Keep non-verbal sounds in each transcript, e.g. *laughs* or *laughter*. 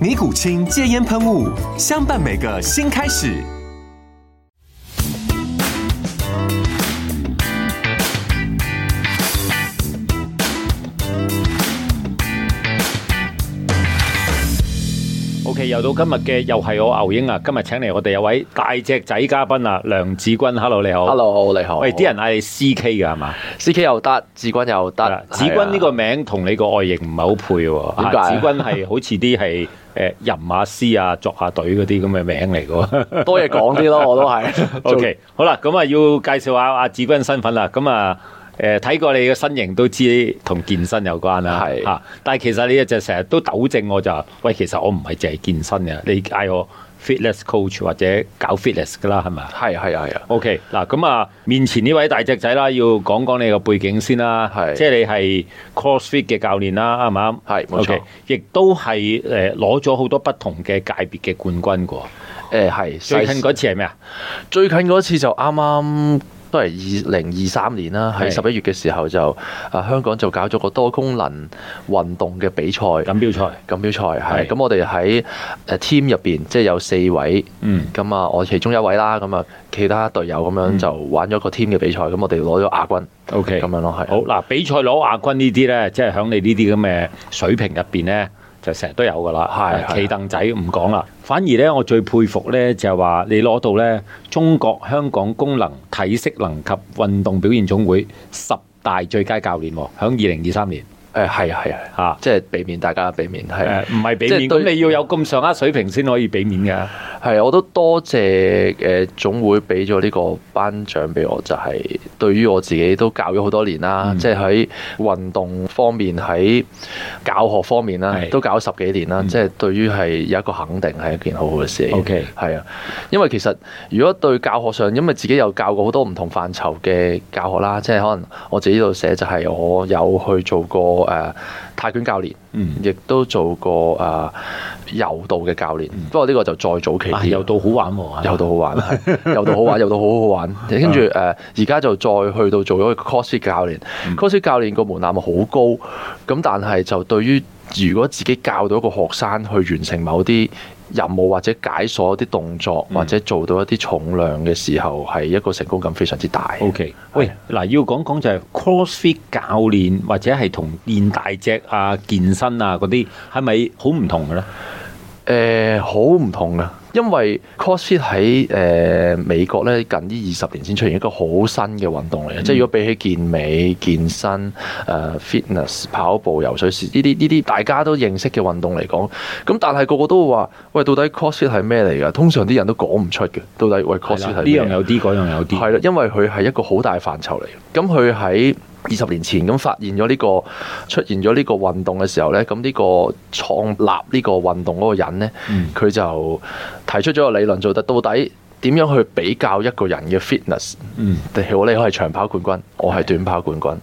尼古清戒烟喷雾，相伴每个新开始。 O K，又到今日嘅又係我牛英啊！今日請嚟我哋有位大隻仔嘉賓啊，梁子君，Hello 你好 Hello，你好。喂，啲人嗌你 C K 㗎係嘛？啊 C K 又得，志軍又得，啊子君呢個名同你個外形唔係好配喎，點啊解啊子君係好似啲係誒吟下詩啊、作下隊嗰啲咁嘅名嚟嘅喎。個多嘢講啲 *laughs* 咯，我都係。 O K，好啦，咁啊要介紹下阿子君身份啦。咁啊誒睇過你嘅身形都知同健身有關啦，係啊但係其實你就成日都糾正我就話，喂，其實我唔係淨係健身嘅，你嗌我 fitness coach 或者搞 fitness 㗎啦，係咪啊？係係啊係啊， OK，嗱咁啊，面前呢位大隻仔啦，要講講你個背景先啦，係即係你係 CrossFit 嘅教練啦，啱唔啱？係冇錯 OK，亦都係誒攞咗好多不同嘅界別嘅冠軍過。誒係。最近細嗰次係咩啊？最近嗰次就啱啱都係二零二三年啦，喺係十一月嘅時候就啊香港就搞咗個多功能運動嘅比賽。錦標賽。錦標賽係係咁，我哋喺誒 team 入邊，即係有四位嗯，咁啊，我其中一位啦，咁啊，其他隊友咁樣就玩咗個 team 嘅比賽，咁我哋攞咗亞軍 OK 咁樣咯，係啊好嗱，比賽攞亞軍呢啲咧，即係喺你呢啲咁嘅水平入邊咧，就成日都有噶啦。係啊係企凳仔唔講啦，反而咧我最佩服咧就係話你攞到咧中國香港功能體適能及運動表現總會十大最佳教練喎，喺二零二三年誒係啊係啊，嚇。即係避免大家避免係啊。誒唔係俾面，即係咁對你要有咁上下水平先可以俾面㗎。係，我都多謝誒、呃、總會俾咗呢個頒獎俾我，就係、對於我自己都教咗好多年啦，嗯即係喺運動方面、喺教學方面啦係，都教咗十幾年啦，嗯即係對於係有一個肯定係一件好好嘅事嚟嘅。 OK 係啊，因為其實如果對教學上，因為自己有教過好多唔同範疇嘅教學啦，即係可能我自己度寫就係我有去做過誒、呃泰拳教練。嗯，亦都做過啊、柔道嘅教練，不過呢個就再早期嗯啊啲，有到好玩喎，柔道 *laughs* 好玩，係柔道好玩，柔道好好玩。跟住誒，啊呃而家就再去到做咗一個 CrossFit 教練，CrossFit 嗯教練個門檻好高，咁但係就對於如果自己教到一個學生去完成某啲任務或者解鎖一啲動作，嗯或者做到一啲重量嘅時候，係一個成功感非常之大。 O K，喂，嗱，要講講就係 CrossFit 教練或者係同練大隻啊、健身啊嗰啲，係咪好唔同嘅咧？誒呃好唔同啊，因為 CrossFit 喺誒、呃美國咧近呢二十年先出現一個好新嘅運動嚟嘅，即係如果比起健美、健身、誒、fitness、跑步、游水呢啲呢啲大家都認識嘅運動嚟講，咁但係個個都會話：喂，到底 CrossFit 係咩嚟㗎？通常啲人都講唔出嘅，到底係啦喂 CrossFit 呢係樣咩？啊有啲，嗰樣有啲。係啦，因為佢係一個好大範疇嚟嘅，咁佢喺二十年前咁發現咗呢、個出現咗呢個運動嘅時候咧，咁呢個創立呢個運動嗰個人咧。嗯佢就提出咗個理論，做得到底點樣去比較一個人嘅 fitness？嗯譬如我你可係長跑冠軍，我係短跑冠軍，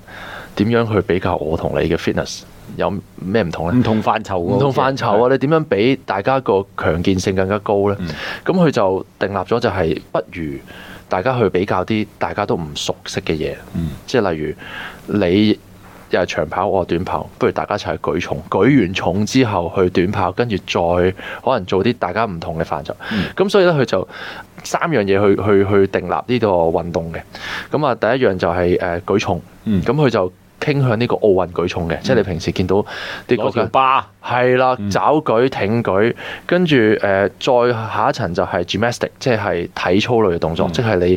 點樣去比較我同你嘅 fitness 有咩唔同唔呢？同範疇喎，唔同範疇啊！你點樣比大家個強健性更加高呢嗯？咁佢、就定立咗就係不如大家去比較啲大家都唔熟悉嘅嘢，嗯即係例如你又係長跑，我係短跑，不如大家一齊去舉重，舉完重之後去短跑，跟住再可能做啲大家唔同嘅範疇。咁、所以咧，佢就三樣嘢去去去定立呢個運動嘅。咁啊，第一樣就係、誒、舉重，嗯咁佢就。傾傾向呢個奧運舉重嘅，即係你平時見到啲攞國條家巴，係啦，嗯爪舉、挺舉，跟住誒、呃再下一層就係 gymnastic，即係體操類嘅動作，嗯即係你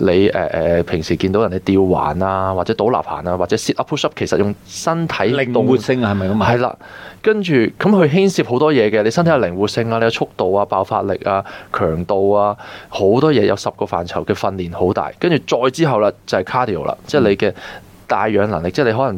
你誒誒、呃平時見到人哋吊環啊，或者倒立行啊，或者 sit up push up，其實用身體靈動活性係咪咁啊？係啦，跟住咁佢牽涉好多嘢嘅，你身體嘅靈活性啊，你嘅速度啊、爆發力啊、強度啊，好多嘢有十個範疇嘅訓練好大。跟住再之後啦，就係 cardio 啦，即係你嘅帶氧能力，即係你可能。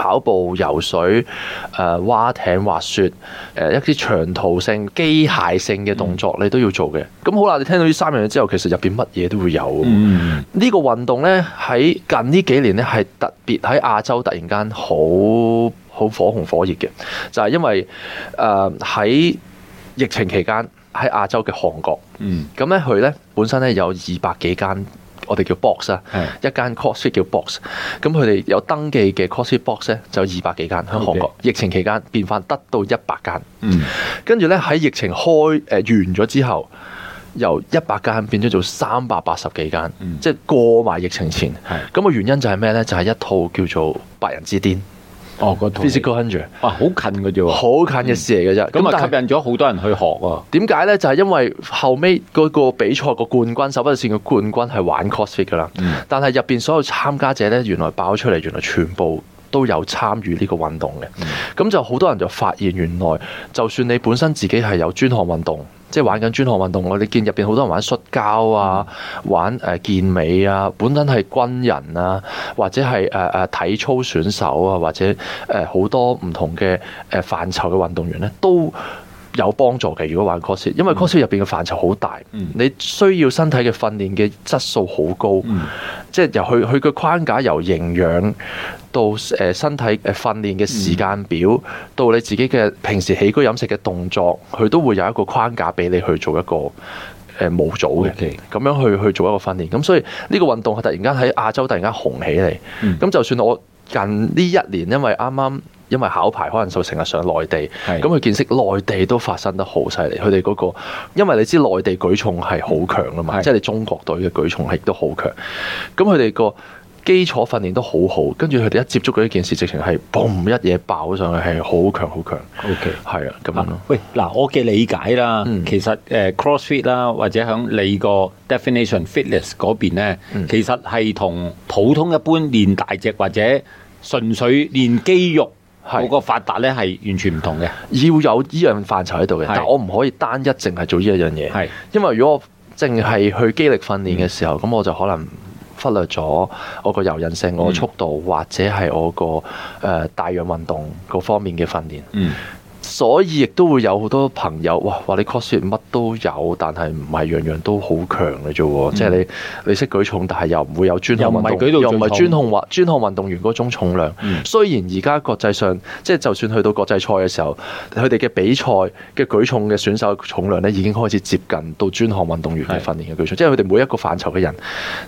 跑步、游水、誒、蛙艇、滑雪，誒、一啲長途性、機械性嘅動作，你都要做嘅。咁好啦，你聽到呢三樣嘢之後，其實入邊乜嘢都會有喎。嗯，呢個運動呢，喺近呢幾年呢，係特別喺亞洲突然間好好火紅火熱嘅，就係、因為誒喺、疫情期間喺亞洲嘅韓國，嗯，咁呢，佢呢本身呢有二百幾間我哋叫 box 啊，嗯係一間 CrossFit 叫 box，咁佢哋有登記嘅 CrossFit box 呢，就有二百幾間喺韓國 OK 疫情期間變翻得到一百間。嗯，跟住咧喺疫情開誒、呃完咗之後，由一百間變咗做三百八十幾間，嗯即係過埋疫情前。係咁個原因就係咩咧？就係、一套叫做《百人之巔哦，嗰套 Physical Hundred》，哇，好近嘅啫喎，好近嘅事嚟嘅啫。咁咁啊吸但係引咗好多人去學喎，點解咧？就係、因為後尾嗰個比賽個冠軍，手不線嘅冠軍係玩 CrossFit 噶啦。嗯但係入邊所有參加者咧，原來爆出嚟，原來全部都有參與呢個運動嘅。嗯咁就好多人就發現，原來就算你本身自己係有專項運動，即係玩緊專項運動，我哋見入邊好多人玩摔跤啊，嗯玩誒、呃、健美啊，本身係軍人啊，或者係誒誒體操選手啊，或者誒好、多唔同嘅誒、呃、範疇嘅運動員咧，都。有幫助嘅，如果玩 cos，因為 cos 入邊嘅範疇好大，嗯你需要身體嘅訓練嘅質素好高，嗯即係由佢佢嘅框架由營養到誒、呃身體誒訓練嘅時間表，到你自己嘅平時起居飲食嘅動作，佢都會有一個框架俾你去做一個誒、呃、模組嘅。 OK 咁樣去去做一個訓練，咁所以呢個運動係突然間喺亞洲突然間紅起嚟。咁、嗯就算我近呢一年，因為啱啱因為考牌，可能就成日上內地，係咁佢見識內地都發生得好犀利。佢哋嗰個，因為你知內地舉重係好強噶嘛，係即係你中國隊嘅舉重係亦都好強。啊咁佢哋個基礎訓練都好好，跟住佢哋一接觸嗰呢件事，直情係嘣一嘢爆上去，係好強好強。 ，OK。係啊，咁樣咯啊。喂，嗱，我嘅理解啦，嗯其實誒、呃 CrossFit 啦，或者響你個 definition fitness 嗰邊咧，嗯其實係同普通一般練大隻或者純粹練肌肉係嗰個發達咧係完全唔同嘅，要有呢樣範疇喺度嘅，係但我唔可以單一淨係做呢一樣嘢。係因為如果我淨係去肌力訓練嘅時候，咁、我就可能忽略咗我個柔韌性、我個速度、或者係我個誒、呃、帶氧運動嗰方面嘅訓練。嗯所以亦都會有好多朋友哇話你 CrossFit 乜都有，但係唔係樣樣都好強嘅啫喎，即係你你識舉重，但係又唔會有專嗯項又唔係運舉到動，又唔係最重專項或專項運動員嗰種重量。嗯雖然而家國際上即係就算去到國際賽嘅時候，佢哋嘅比賽嘅舉重嘅選手重量咧已經開始接近到專項運動員係嘅訓練嘅舉重，即係佢哋每一個範疇嘅人，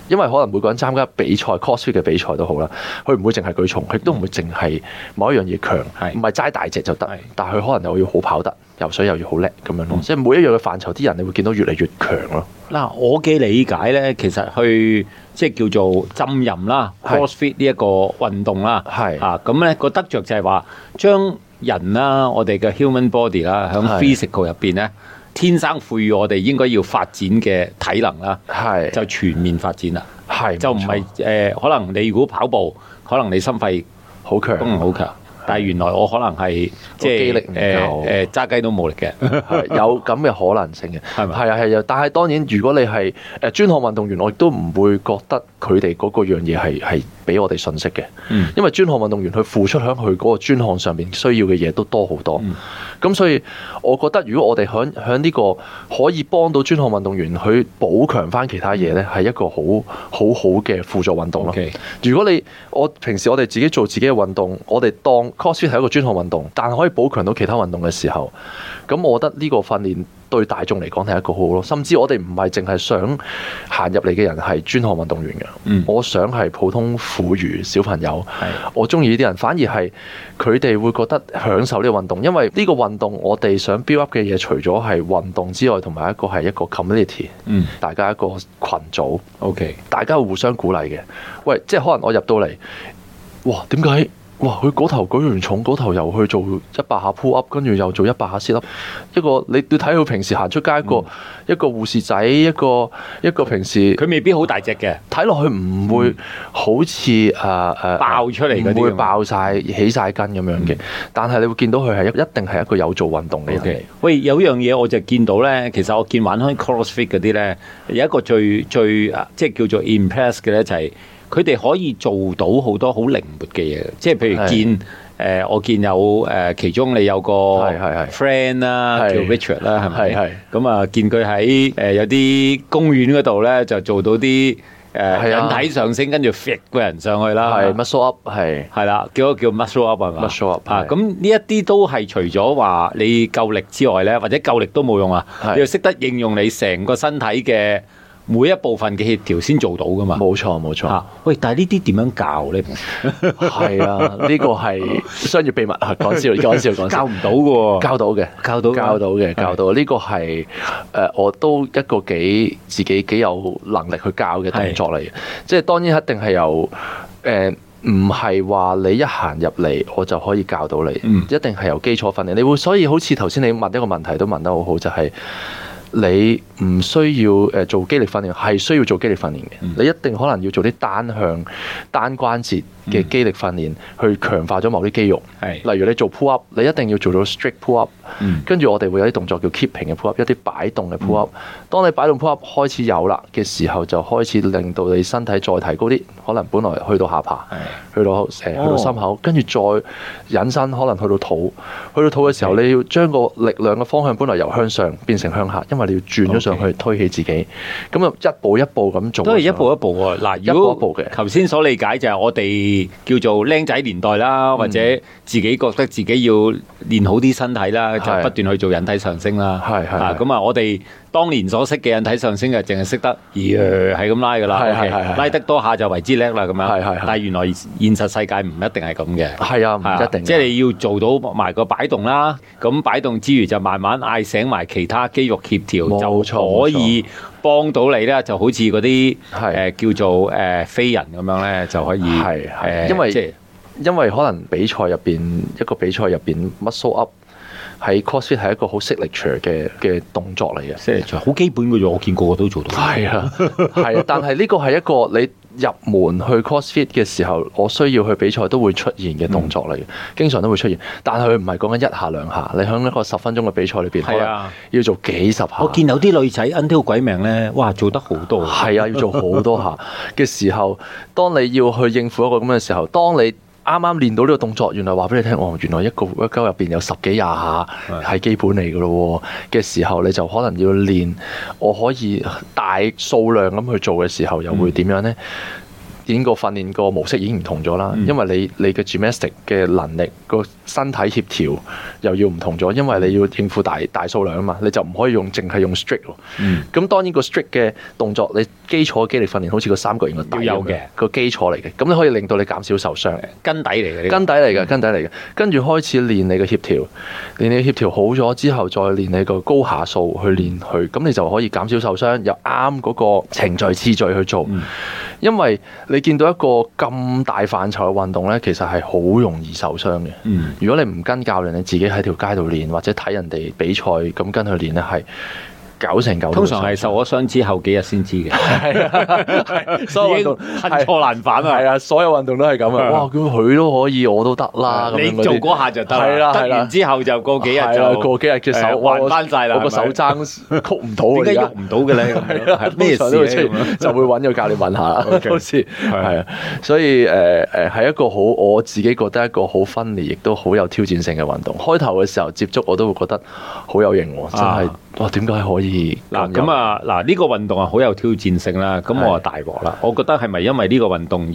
因為可能每個人參加比賽 CrossFit 嘅比賽都好啦，佢唔會淨係舉重，佢都唔會淨係某一樣嘢強，係唔係齋大隻就得係。嗯但係佢可能又要好跑得，游水又要好叻咁樣咯。即係每一樣嘅範疇，啲人你會見到越嚟越強咯。嗱，我嘅理解咧，其實去即係叫做浸淫啦係，CrossFit 呢一個運動啦，係啊，咁咧個得着就係話將人啦，我哋嘅 human body 啦，響係 physical 入邊咧，天生賦予我哋應該要發展嘅體能啦，係就全面發展啦，係就唔係冇錯誒，可能你如果跑步，可能你心肺好功能強，好強，但係原來我可能係即肌力係唔夠誒誒揸雞都冇力嘅，係有咁嘅可能性嘅。 *laughs* 係咪係啊係啊，但係當然，如果你係誒專項運動員，我亦都唔會覺得佢哋嗰個樣嘢係係俾我哋信息嘅，嗯因為專項運動員佢付出喺佢嗰個專項上面需要嘅嘢都多好多，嗯咁、所以我覺得如果我哋響響呢個可以幫到專項運動員去補強翻其他嘢咧，係一個好好好嘅輔助運動咯。 OK 如果你我平時我哋自己做自己嘅運動，我哋當 CrossFit 係一個專項運動，但可以補強到其他運動嘅時候，咁我覺得呢個訓練對大眾嚟講係一個好好咯。甚至我哋唔係淨係想行入嚟嘅人係專項運動員嘅，嗯我想係普通婦孺小朋友係，我中意呢啲人，反而係佢哋會覺得享受呢個運動，因為呢個運動我哋想 build up 嘅嘢，除咗係運動之外，同埋一個係一個 community，嗯大家一個群組。 ，OK，大家會互相鼓勵嘅。喂，即係可能我入到嚟，哇點解？哇！佢嗰頭舉完重，嗰頭又去做一百下 pull up，跟住又做一百下 sit up。一個你你睇佢平時行出街一個、一個護士仔，一個一個平時佢未必好大隻嘅，睇落去唔會好似誒誒嗯爆出嚟嗰啲唔會咁爆晒起晒筋咁樣嘅。但係你會見到佢係一一定係一個有做運動嘅人 O 嚟 K，。喂，有樣嘢我就見到咧，其實我見玩開 CrossFit 嗰啲咧，有一個最最啊即係叫做 impress 嘅咧，就係佢哋可以做到好多好靈活嘅嘢，即係譬如係見誒、呃我見有誒、呃其中你有個係係係 friend 啦，係叫 Richard 啦，係咪？係係咁啊，見佢喺誒有啲公園嗰度咧，就做到啲誒、呃係引啊體上升，跟住 fit 個人上去啦，係 muscle up 係係啦，叫叫 muscle up 係嘛 muscle up，啊，係咁呢一啲都係除咗話你夠力之外咧，或者夠力都冇用啊，係你要識得應用你成個身體嘅每一部分嘅協調先做到噶嘛。冇錯冇錯啊，喂，但係呢啲點樣教咧？係啊！呢個 *laughs* 係商業秘密啊！講笑講笑講教 *laughs* 笑，唔到嘅喎，教到嘅。教到㗎教到嘅，教到呢個係誒、呃我都一個幾自己幾有能力去教嘅動作嚟嘅，即係當然一定係由誒。唔係話你一行入嚟我就可以教到你，嗯一定係由基礎訓練。你會所以好似頭先你問一個問題都問得好好，就係、你唔需要誒做肌力訓練，係需要做肌力訓練嘅。嗯你一定可能要做啲單向、單關節嗯嘅肌力訓練，去強化咗某啲肌肉。係例如你做 pull up，你一定要做到 strict pull up，嗯跟住我哋會有啲動作叫 keeping 嘅 pull up，一啲擺動嘅 pull up。當你擺動 pull up 開始有啦嘅時候，就開始令到你身體再提高啲，可能本來去到下巴，去到誒、哦去到心口，跟住再引申，可能去到肚，去到肚嘅時候，你要將個力量嘅方向本來由向上變成向下，因為你要轉咗上去 OK 推起自己，咁啊一步一步咁做，都係一步一步喎。嗱，如一步一果步嘅頭先所理解就係我哋叫做僆仔年代嗯啦，或者自己覺得自己要練好啲身體啦，就係不斷去做引體上升啦。係係啊係咁啊，我哋當年所識嘅引體上升就淨係識得，咦係咁拉噶啦係，OK，係係係拉得多下就為之叻啦咁係樣係係。但係原來現實世界唔一定係咁嘅。係啊，唔係啊一定嘅，即係你要做到埋個擺動啦，咁擺動之餘就慢慢嗌醒埋其他肌肉協冇調，就錯可以幫到你咧，就好似嗰啲係誒叫做誒飛人咁樣咧，就可以係係誒因為即係因為可能比賽入邊一個比賽入邊 muscle up 喺 CrossFit 係一個好 signature 嘅嘅動作嚟嘅。即係好基本嘅嘢，我見個個都做到。係啊，係啊，但係呢個係一個你入門去 CrossFit 嘅時候，我需要去比賽都會出現嘅動作嚟嗯嘅，經常都會出現。但係佢唔係講緊一下兩下，你喺一個十分鐘嘅比賽裏邊，可係能啊要做幾十下。我見有啲女仔 until 鬼命咧，哇，做得好多。係啊，要做好多下嘅時候，當你要去應付一個咁嘅時候，當你啱啱練到呢個動作，原來話俾你聽，哦，原來一個 workout 入邊有十幾廿下係係基本嚟噶咯喎嘅時候，你就可能要練，我可以大數量咁去做嘅時候，又會點樣呢？已經個訓練個模式已經唔同咗啦，嗯因為你你嘅 gymnastic 嘅能力個身體協調又要唔同咗，因為你要應付大大數量啊嘛，你就唔可以用淨係用 strict 喎。嗯咁當然個 strict 嘅動作，你基礎嘅肌力訓練好似個三角形個底要有咁樣嘅個基礎嚟嘅，咁你可以令到你減少受傷。根底嚟嘅呢個根底嚟嘅，根底嚟嘅，跟住開始練你嘅協調，練你嘅協調好咗之後，再練你個高下數去練佢，咁你就可以減少受傷，又啱嗰個程序次序去做。嗯因為你見到一個咁大範疇嘅運動呢，其實係好容易受傷嘅。嗯如果你唔跟教練，你自己喺條街度練，或者睇人哋比賽咁跟佢練呢，係九成九通都會常係受受傷咗傷之後幾日先知 *laughs* 嘅，係啊，係所有啊已經運動恨錯難返啊！係啊，所有運動都係咁啊！哇，咁佢都可以，我都得啦。啊咁樣啊你嗰啲做嗰下就得啦係啦，得係啦完之後就過幾日係啦就過幾日嘅誒手還我返晒啦我個係手咪踭 *laughs* 曲唔到點啊！而解家喐唔到嘅咧？咁樣係咩咩常都會出事咧？現，就會揾個教練問下啦 *laughs* OK。好似係係啊，所以誒誒係一個好我自己覺得一個好分裂，亦都好有挑戰性嘅運動。開頭嘅時候接觸我都會覺得好有型喎，真係啊哇！點解可以嗱有咁？啊，嗱呢個運動啊好有挑戰性啦，咁我啊係大鑊啦！我覺得係咪因為呢個運動而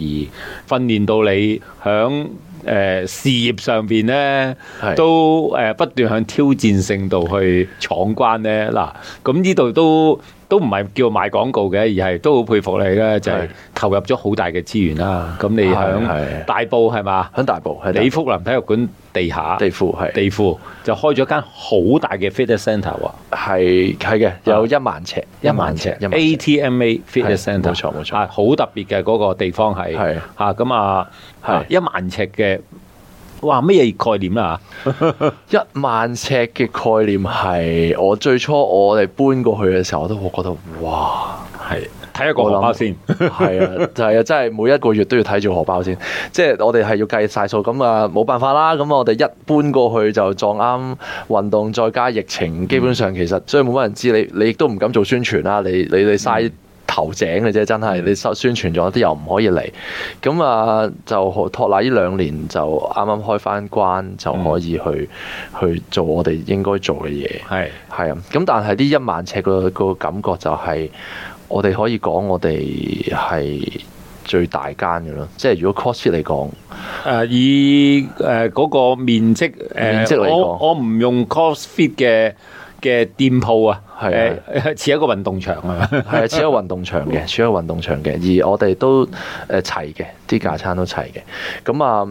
訓練到你響呃事業上邊咧係都誒、呃不斷向挑戰性度去闖關咧。嗱，咁呢度都都唔係叫賣廣告嘅，而係都好佩服你咧，就係、係投入咗好大嘅資源啦。咁你係響係大埔係嘛？喺大埔係李地福林體育館地下地庫係地庫就開咗間好大嘅 fitness centre 喎。係係嘅，有一萬尺，啊一萬尺，一萬尺 ATMA Fitness 係 Centre，冇錯冇錯啊好特別嘅嗰個地方係係嚇咁啊，係啊一萬尺嘅，哇咩嘢概念啊啦一萬尺嘅概念係我最初我哋搬過去嘅時候，我都會覺得哇！係睇一個荷包先，係啊，就係啊，真係每一個月都要睇住荷包先，即係我哋係要計晒數，咁啊冇辦法啦。咁我哋一搬過去就撞啱運動，再加疫情，基本上其實所以冇乜人知你，你亦都唔敢做宣傳啦。你你你嘥頭井嘅啫，真係你收宣傳咗啲又唔可以嚟，咁啊就托賴呢兩年就啱啱開翻關就可以去、去做我哋應該做嘅嘢。係係啊，咁但係呢一萬尺個個感覺就係、我哋可以講我哋係最大間嘅咯，即係如果 CrossFit 嚟講，誒以誒嗰個面積面積誒，嚟講我我唔用 CrossFit 嘅嘅店鋪啊，係誒 *laughs* 似一個運動場啊，係啊，似一個運動場嗯嘅，似一個運動場嘅，而我哋都誒、呃齊嘅，啲架撐都齊嘅，咁啊。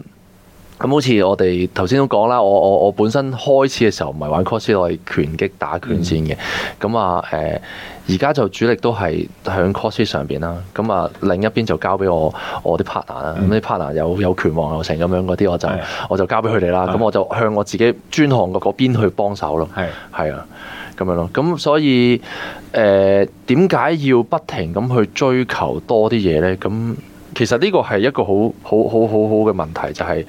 咁好似我哋頭先都講啦，我我我本身開始嘅時候唔係玩 cos，我係拳擊打拳嗯先嘅。咁啊誒，而家就主力都係響 cos 上邊啦。咁啊另一邊就交俾我我啲 partner 啦。咁啲 partner 有有拳王有成咁樣嗰啲，我就嗯係我就交俾佢哋啦。係咁我就向我自己專項嘅嗰邊去幫手咯。係係啊，咁樣咯。咁所以誒點解要不停咁去追求多啲嘢呢？咁其實呢個係一個好好好好好嘅問題，就係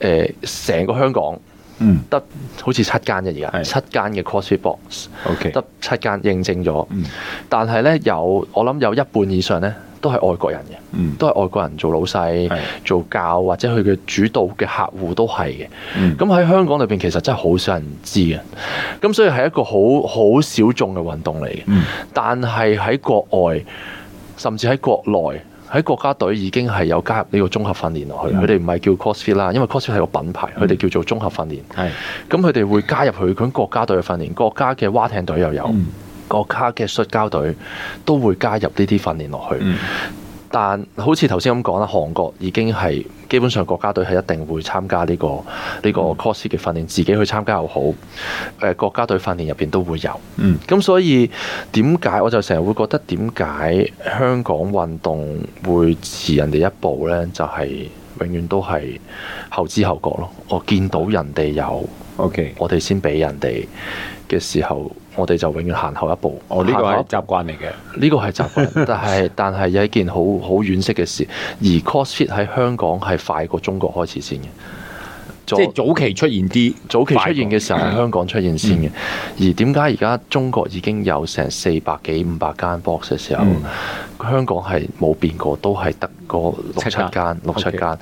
誒成個香港 *laughs* 嗯得好似七間嘅而家，係七間嘅 CrossFit Box OK 得七間認證咗，嗯但係呢，有我諗有一半以上呢都係外國人嘅。嗯都係外國人做老細係、做教或者佢嘅主導嘅客戶都係嘅。嗯咁喺香港裏邊其實真係好少人知嘅，咁所以係一個好好小眾嘅運動嚟嘅。嗯但係喺國外，甚至喺國內，喺國家隊已經係有加入呢個綜合訓練落去。嗯佢哋唔係叫 CrossFit 啦，因為 CrossFit 係個品牌，佢哋叫做綜合訓練。係咁佢哋會加入佢佢國家隊嘅訓練，國家嘅蛙艇隊又有，嗯國家嘅摔跤隊都會加入呢啲訓練落去。嗯但好似頭先咁講啦，韓國已經係基本上國家隊係一定會參加呢、個呢、個嗯 CrossFit 嘅訓練，自己去參加又好，誒、國家隊訓練入邊都會有。嗯咁所以點解我就成日會覺得點解香港運動會遲人哋一步呢？就係、永遠都係後知後覺咯。我見到人哋有， OK，我哋先俾人哋嘅時候，我哋就永遠行後一步。哦我呢個行後一係步習慣嚟嘅，呢個係習慣，但係 *laughs* 但係有一件好好惋惜嘅事，而 CrossFit 喺香港係快過中國開始先嘅，即早係早期出現啲早期出現嘅時候喺香港出現先嘅，而點解而家中國已經有成四百幾五百間 box 嘅時候，嗯香港係冇變過，都係得個六七七間間六七 OK 間，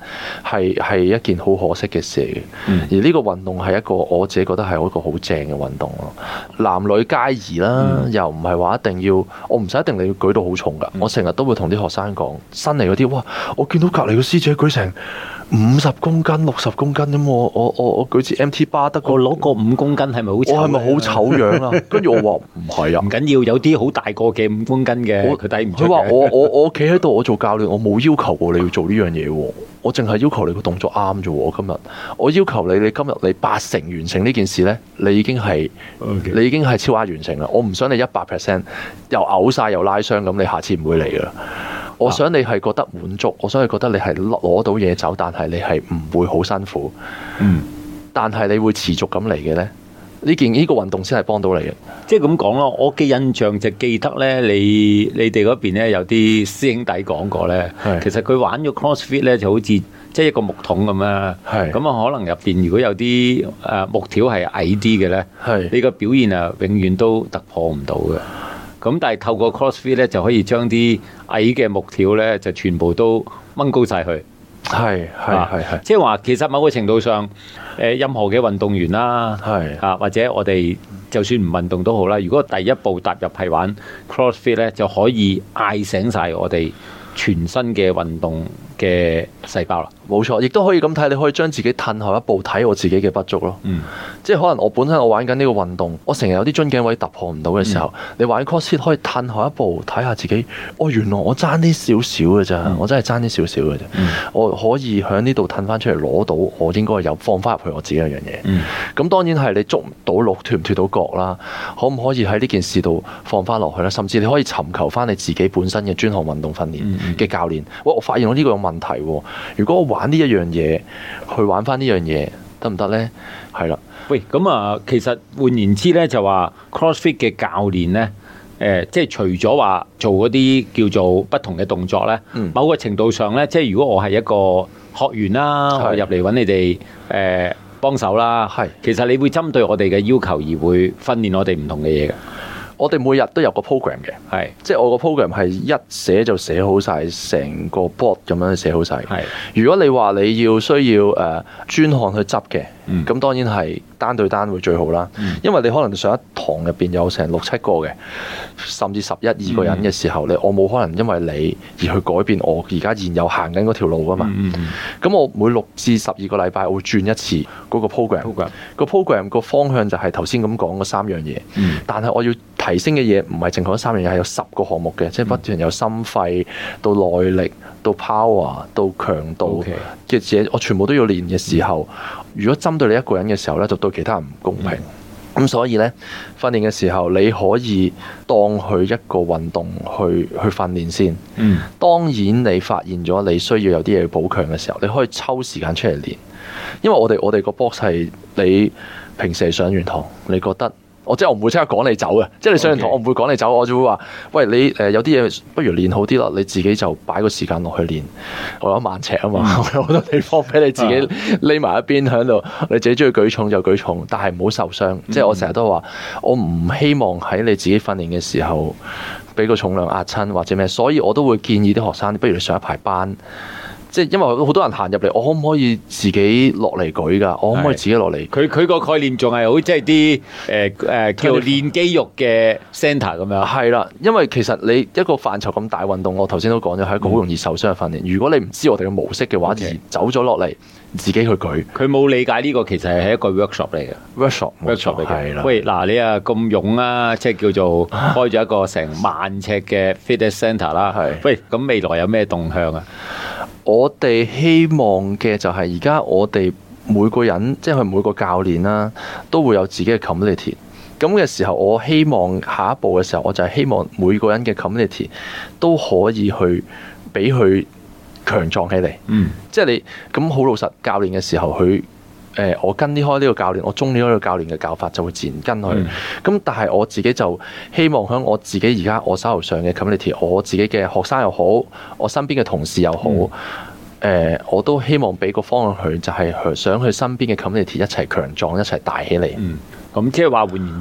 係係一件好可惜嘅事嚟嘅。嗯而呢個運動係一個我自己覺得係一個好正嘅運動咯，男女皆宜啦，又唔係話一定要，我唔使一定你要舉到好重㗎。我成日都會同啲學生講，新嚟嗰啲，哇！我見到隔離個師姐舉成五十公斤、六十公斤咁，我我我我舉支 MT 巴得個我攞個五公斤係咪好醜？我係咪好？醜樣啊？跟住我話唔係啊唔。緊要，有啲好大個嘅五公斤嘅，我佢抵唔出佢話嘅我我我企喺度，我做教練，我冇要求過你要做呢樣嘢喎，我淨係要求你個動作啱啫喎。我今日我要求你，你今日你八成完成呢件事呢，你已經係 OK 你已經係超額完成啦。我唔想你一百 percent 又嘔晒又拉傷咁，你下次唔會嚟噶啦。啊我想你係覺得滿足，我想你覺得你係攞到嘢走，但係你係唔會好辛苦。嗯。但係你會持續咁嚟嘅呢？呢件呢、個運動先係幫到你嘅。即係咁講咯，我嘅印象就記得咧，你你哋嗰邊咧有啲師兄弟講過咧，係其實佢玩咗 CrossFit 咧就好似即係一個木桶咁啦，係咁啊可能入邊如果有啲誒、呃木條係矮啲嘅咧，係你個表現啊永遠都突破唔到嘅。咁但係透過 CrossFit 咧就可以將啲矮嘅木條咧就全部都掹高晒佢。係係啊係係。即係話其實某個程度上，誒、任何嘅運動員啦，係啊或者我哋就算唔運動都好啦，如果第一步踏入係玩 CrossFit 咧，就可以嗌醒晒我哋全身嘅運動嘅嘅細胞啦。冇錯，亦都可以咁睇，你可以將自己褪後一步睇我自己嘅不足咯。嗯，即係可能我本身我玩緊呢個運動，我成日有啲樽頸位突破唔到嘅時候，你玩 CrossFit 可以褪後一步睇下自己，哦原來我爭啲少少嘅咋，我真係爭啲少少嘅咋，嗯我可以喺呢度褪翻出嚟攞到我應該有放翻入去我自己嗰樣嘢。嗯咁當然係你捉唔到鹿，脱唔脱到角啦，可唔可以喺呢件事度放翻落去啦？甚至你可以尋求翻你自己本身嘅專項運動訓嗯嗯練嘅教練。喂，我發現我呢個有問題喎，如果我玩呢一樣嘢，去玩翻呢樣嘢得唔得呢？係啦。喂，咁啊，其實換言之咧，就話 CrossFit 嘅教練咧，誒、即係除咗話做嗰啲叫做不同嘅動作咧，嗯某個程度上咧，即係如果我係一個學員啦，係我入嚟揾你哋誒、幫手啦，係其實你會針對我哋嘅要求而會訓練我哋唔同嘅嘢嘅，我哋每日都有個 program 嘅，係即係我個 program 係一寫就寫好晒，成個 board 咁樣寫好晒。係如果你話你要需要誒、呃、專項去執嘅，咁、嗯當然係單對單會最好啦，因為你可能上一堂入邊有成六七個嘅，甚至十一二嗯個人嘅時候，你、我冇可能因為你而去改變我而家現有行緊嗰條路噶嘛。嗯嗯咁、我每六至十二個禮拜我會轉一次嗰個 program。 program 個 program 個方向就係頭先咁講嗰三樣嘢，嗯但係我要提升嘅嘢唔係淨係嗰三樣嘢，係有十個項目嘅，即係不斷由心肺到耐力到 power 到強度 OK 嘅嘢，我全部都要練嘅時候，如果針對你一個人嘅時候咧，就對其他人唔公平。咁所以呢，訓練嘅時候你可以當佢一個運動去去訓練先。嗯當然你發現咗你需要有啲嘢去補強嘅時候，你可以抽時間出嚟練，因為我哋我哋個 box 係你平時上完堂，你覺得。我即係我唔會即刻趕你走嘅，即係你上完堂 OK 我唔會趕你走，我就會話：喂，你誒、呃有啲嘢不如練好啲啦，你自己就擺個時間落去練。我有一萬尺啊嘛，嗯 *laughs* 我有好多地方俾你自啊己匿埋一邊喺度，你自己中意舉重就舉重，但係唔好受嗯傷。即係我成日都話，我唔希望喺你自己訓練嘅時候俾個重量壓親或者咩，所以我都會建議啲學生，不如你上一排班。即係因為好多人行入嚟，我可唔可以自己落嚟舉㗎？我可唔可以係自己落嚟？佢佢個概念仲係好即係啲誒誒叫做練肌肉嘅 centre 咁樣，係啦，因為其實你一個範疇咁大運動，我頭先都講咗係一個嗯好容易受傷嘅訓練。如果你唔知我哋嘅模式嘅話， OK 而走咗落嚟自己去舉佢冇理解呢個其實係一個 workshop 嚟嘅。 workshop 冇 workshop 錯嚟係啦嘅。。喂，嗱，你啊咁勇啊，即係叫做開咗一個成萬尺嘅 fitness centre 啦。係喂，咁未來有咩動向啊？我哋希望嘅就係而家我哋每個人，即係每個教練啦，都會有自己嘅 community。咁嘅時候，我希望下一步嘅時候，我就係希望每個人嘅 community 都可以去俾佢強壯起嚟。嗯即係你咁好老實，教練嘅時候佢。誒、我跟呢開呢個教練，我中意呢個教練嘅教法，就會自然跟佢。嗯咁、但係我自己就希望喺我自己而家我手頭上嘅 community，我自己嘅學生又好，我身邊嘅同事又好，誒、嗯我都希望俾個方向佢，就係、想佢身邊嘅 community 一齊強壯，一齊大起嚟。嗯，咁即係話換言之，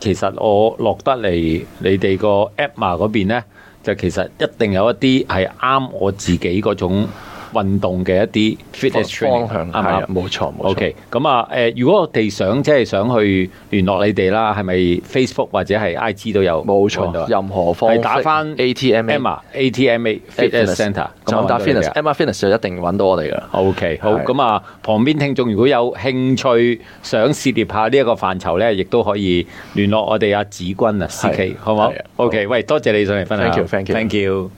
其實我落得嚟你哋個 APMA 嗰邊咧，就其實一定有一啲係啱我自己嗰種運動嘅一啲 fitness 方 training，向啱唔係啊啱？冇錯冇錯。 OK，咁啊，誒、如果我哋想即係想去聯絡你哋啦，係咪 Facebook 或者係 IG 都有？冇揾到啊錯，任何方係式打返 ATM Emma ATMA Fitness 啊 Centre 就咁打 fitness Emma Fitness 就一定揾到我哋㗎啦。 O K，好係咁啊，旁邊聽眾如果有興趣想涉獵下呢一個範疇咧，亦都可以聯絡我哋阿子君啊，C K，係好唔好係啊？O K，喂，多謝你上嚟分享 Thank you，thank you you。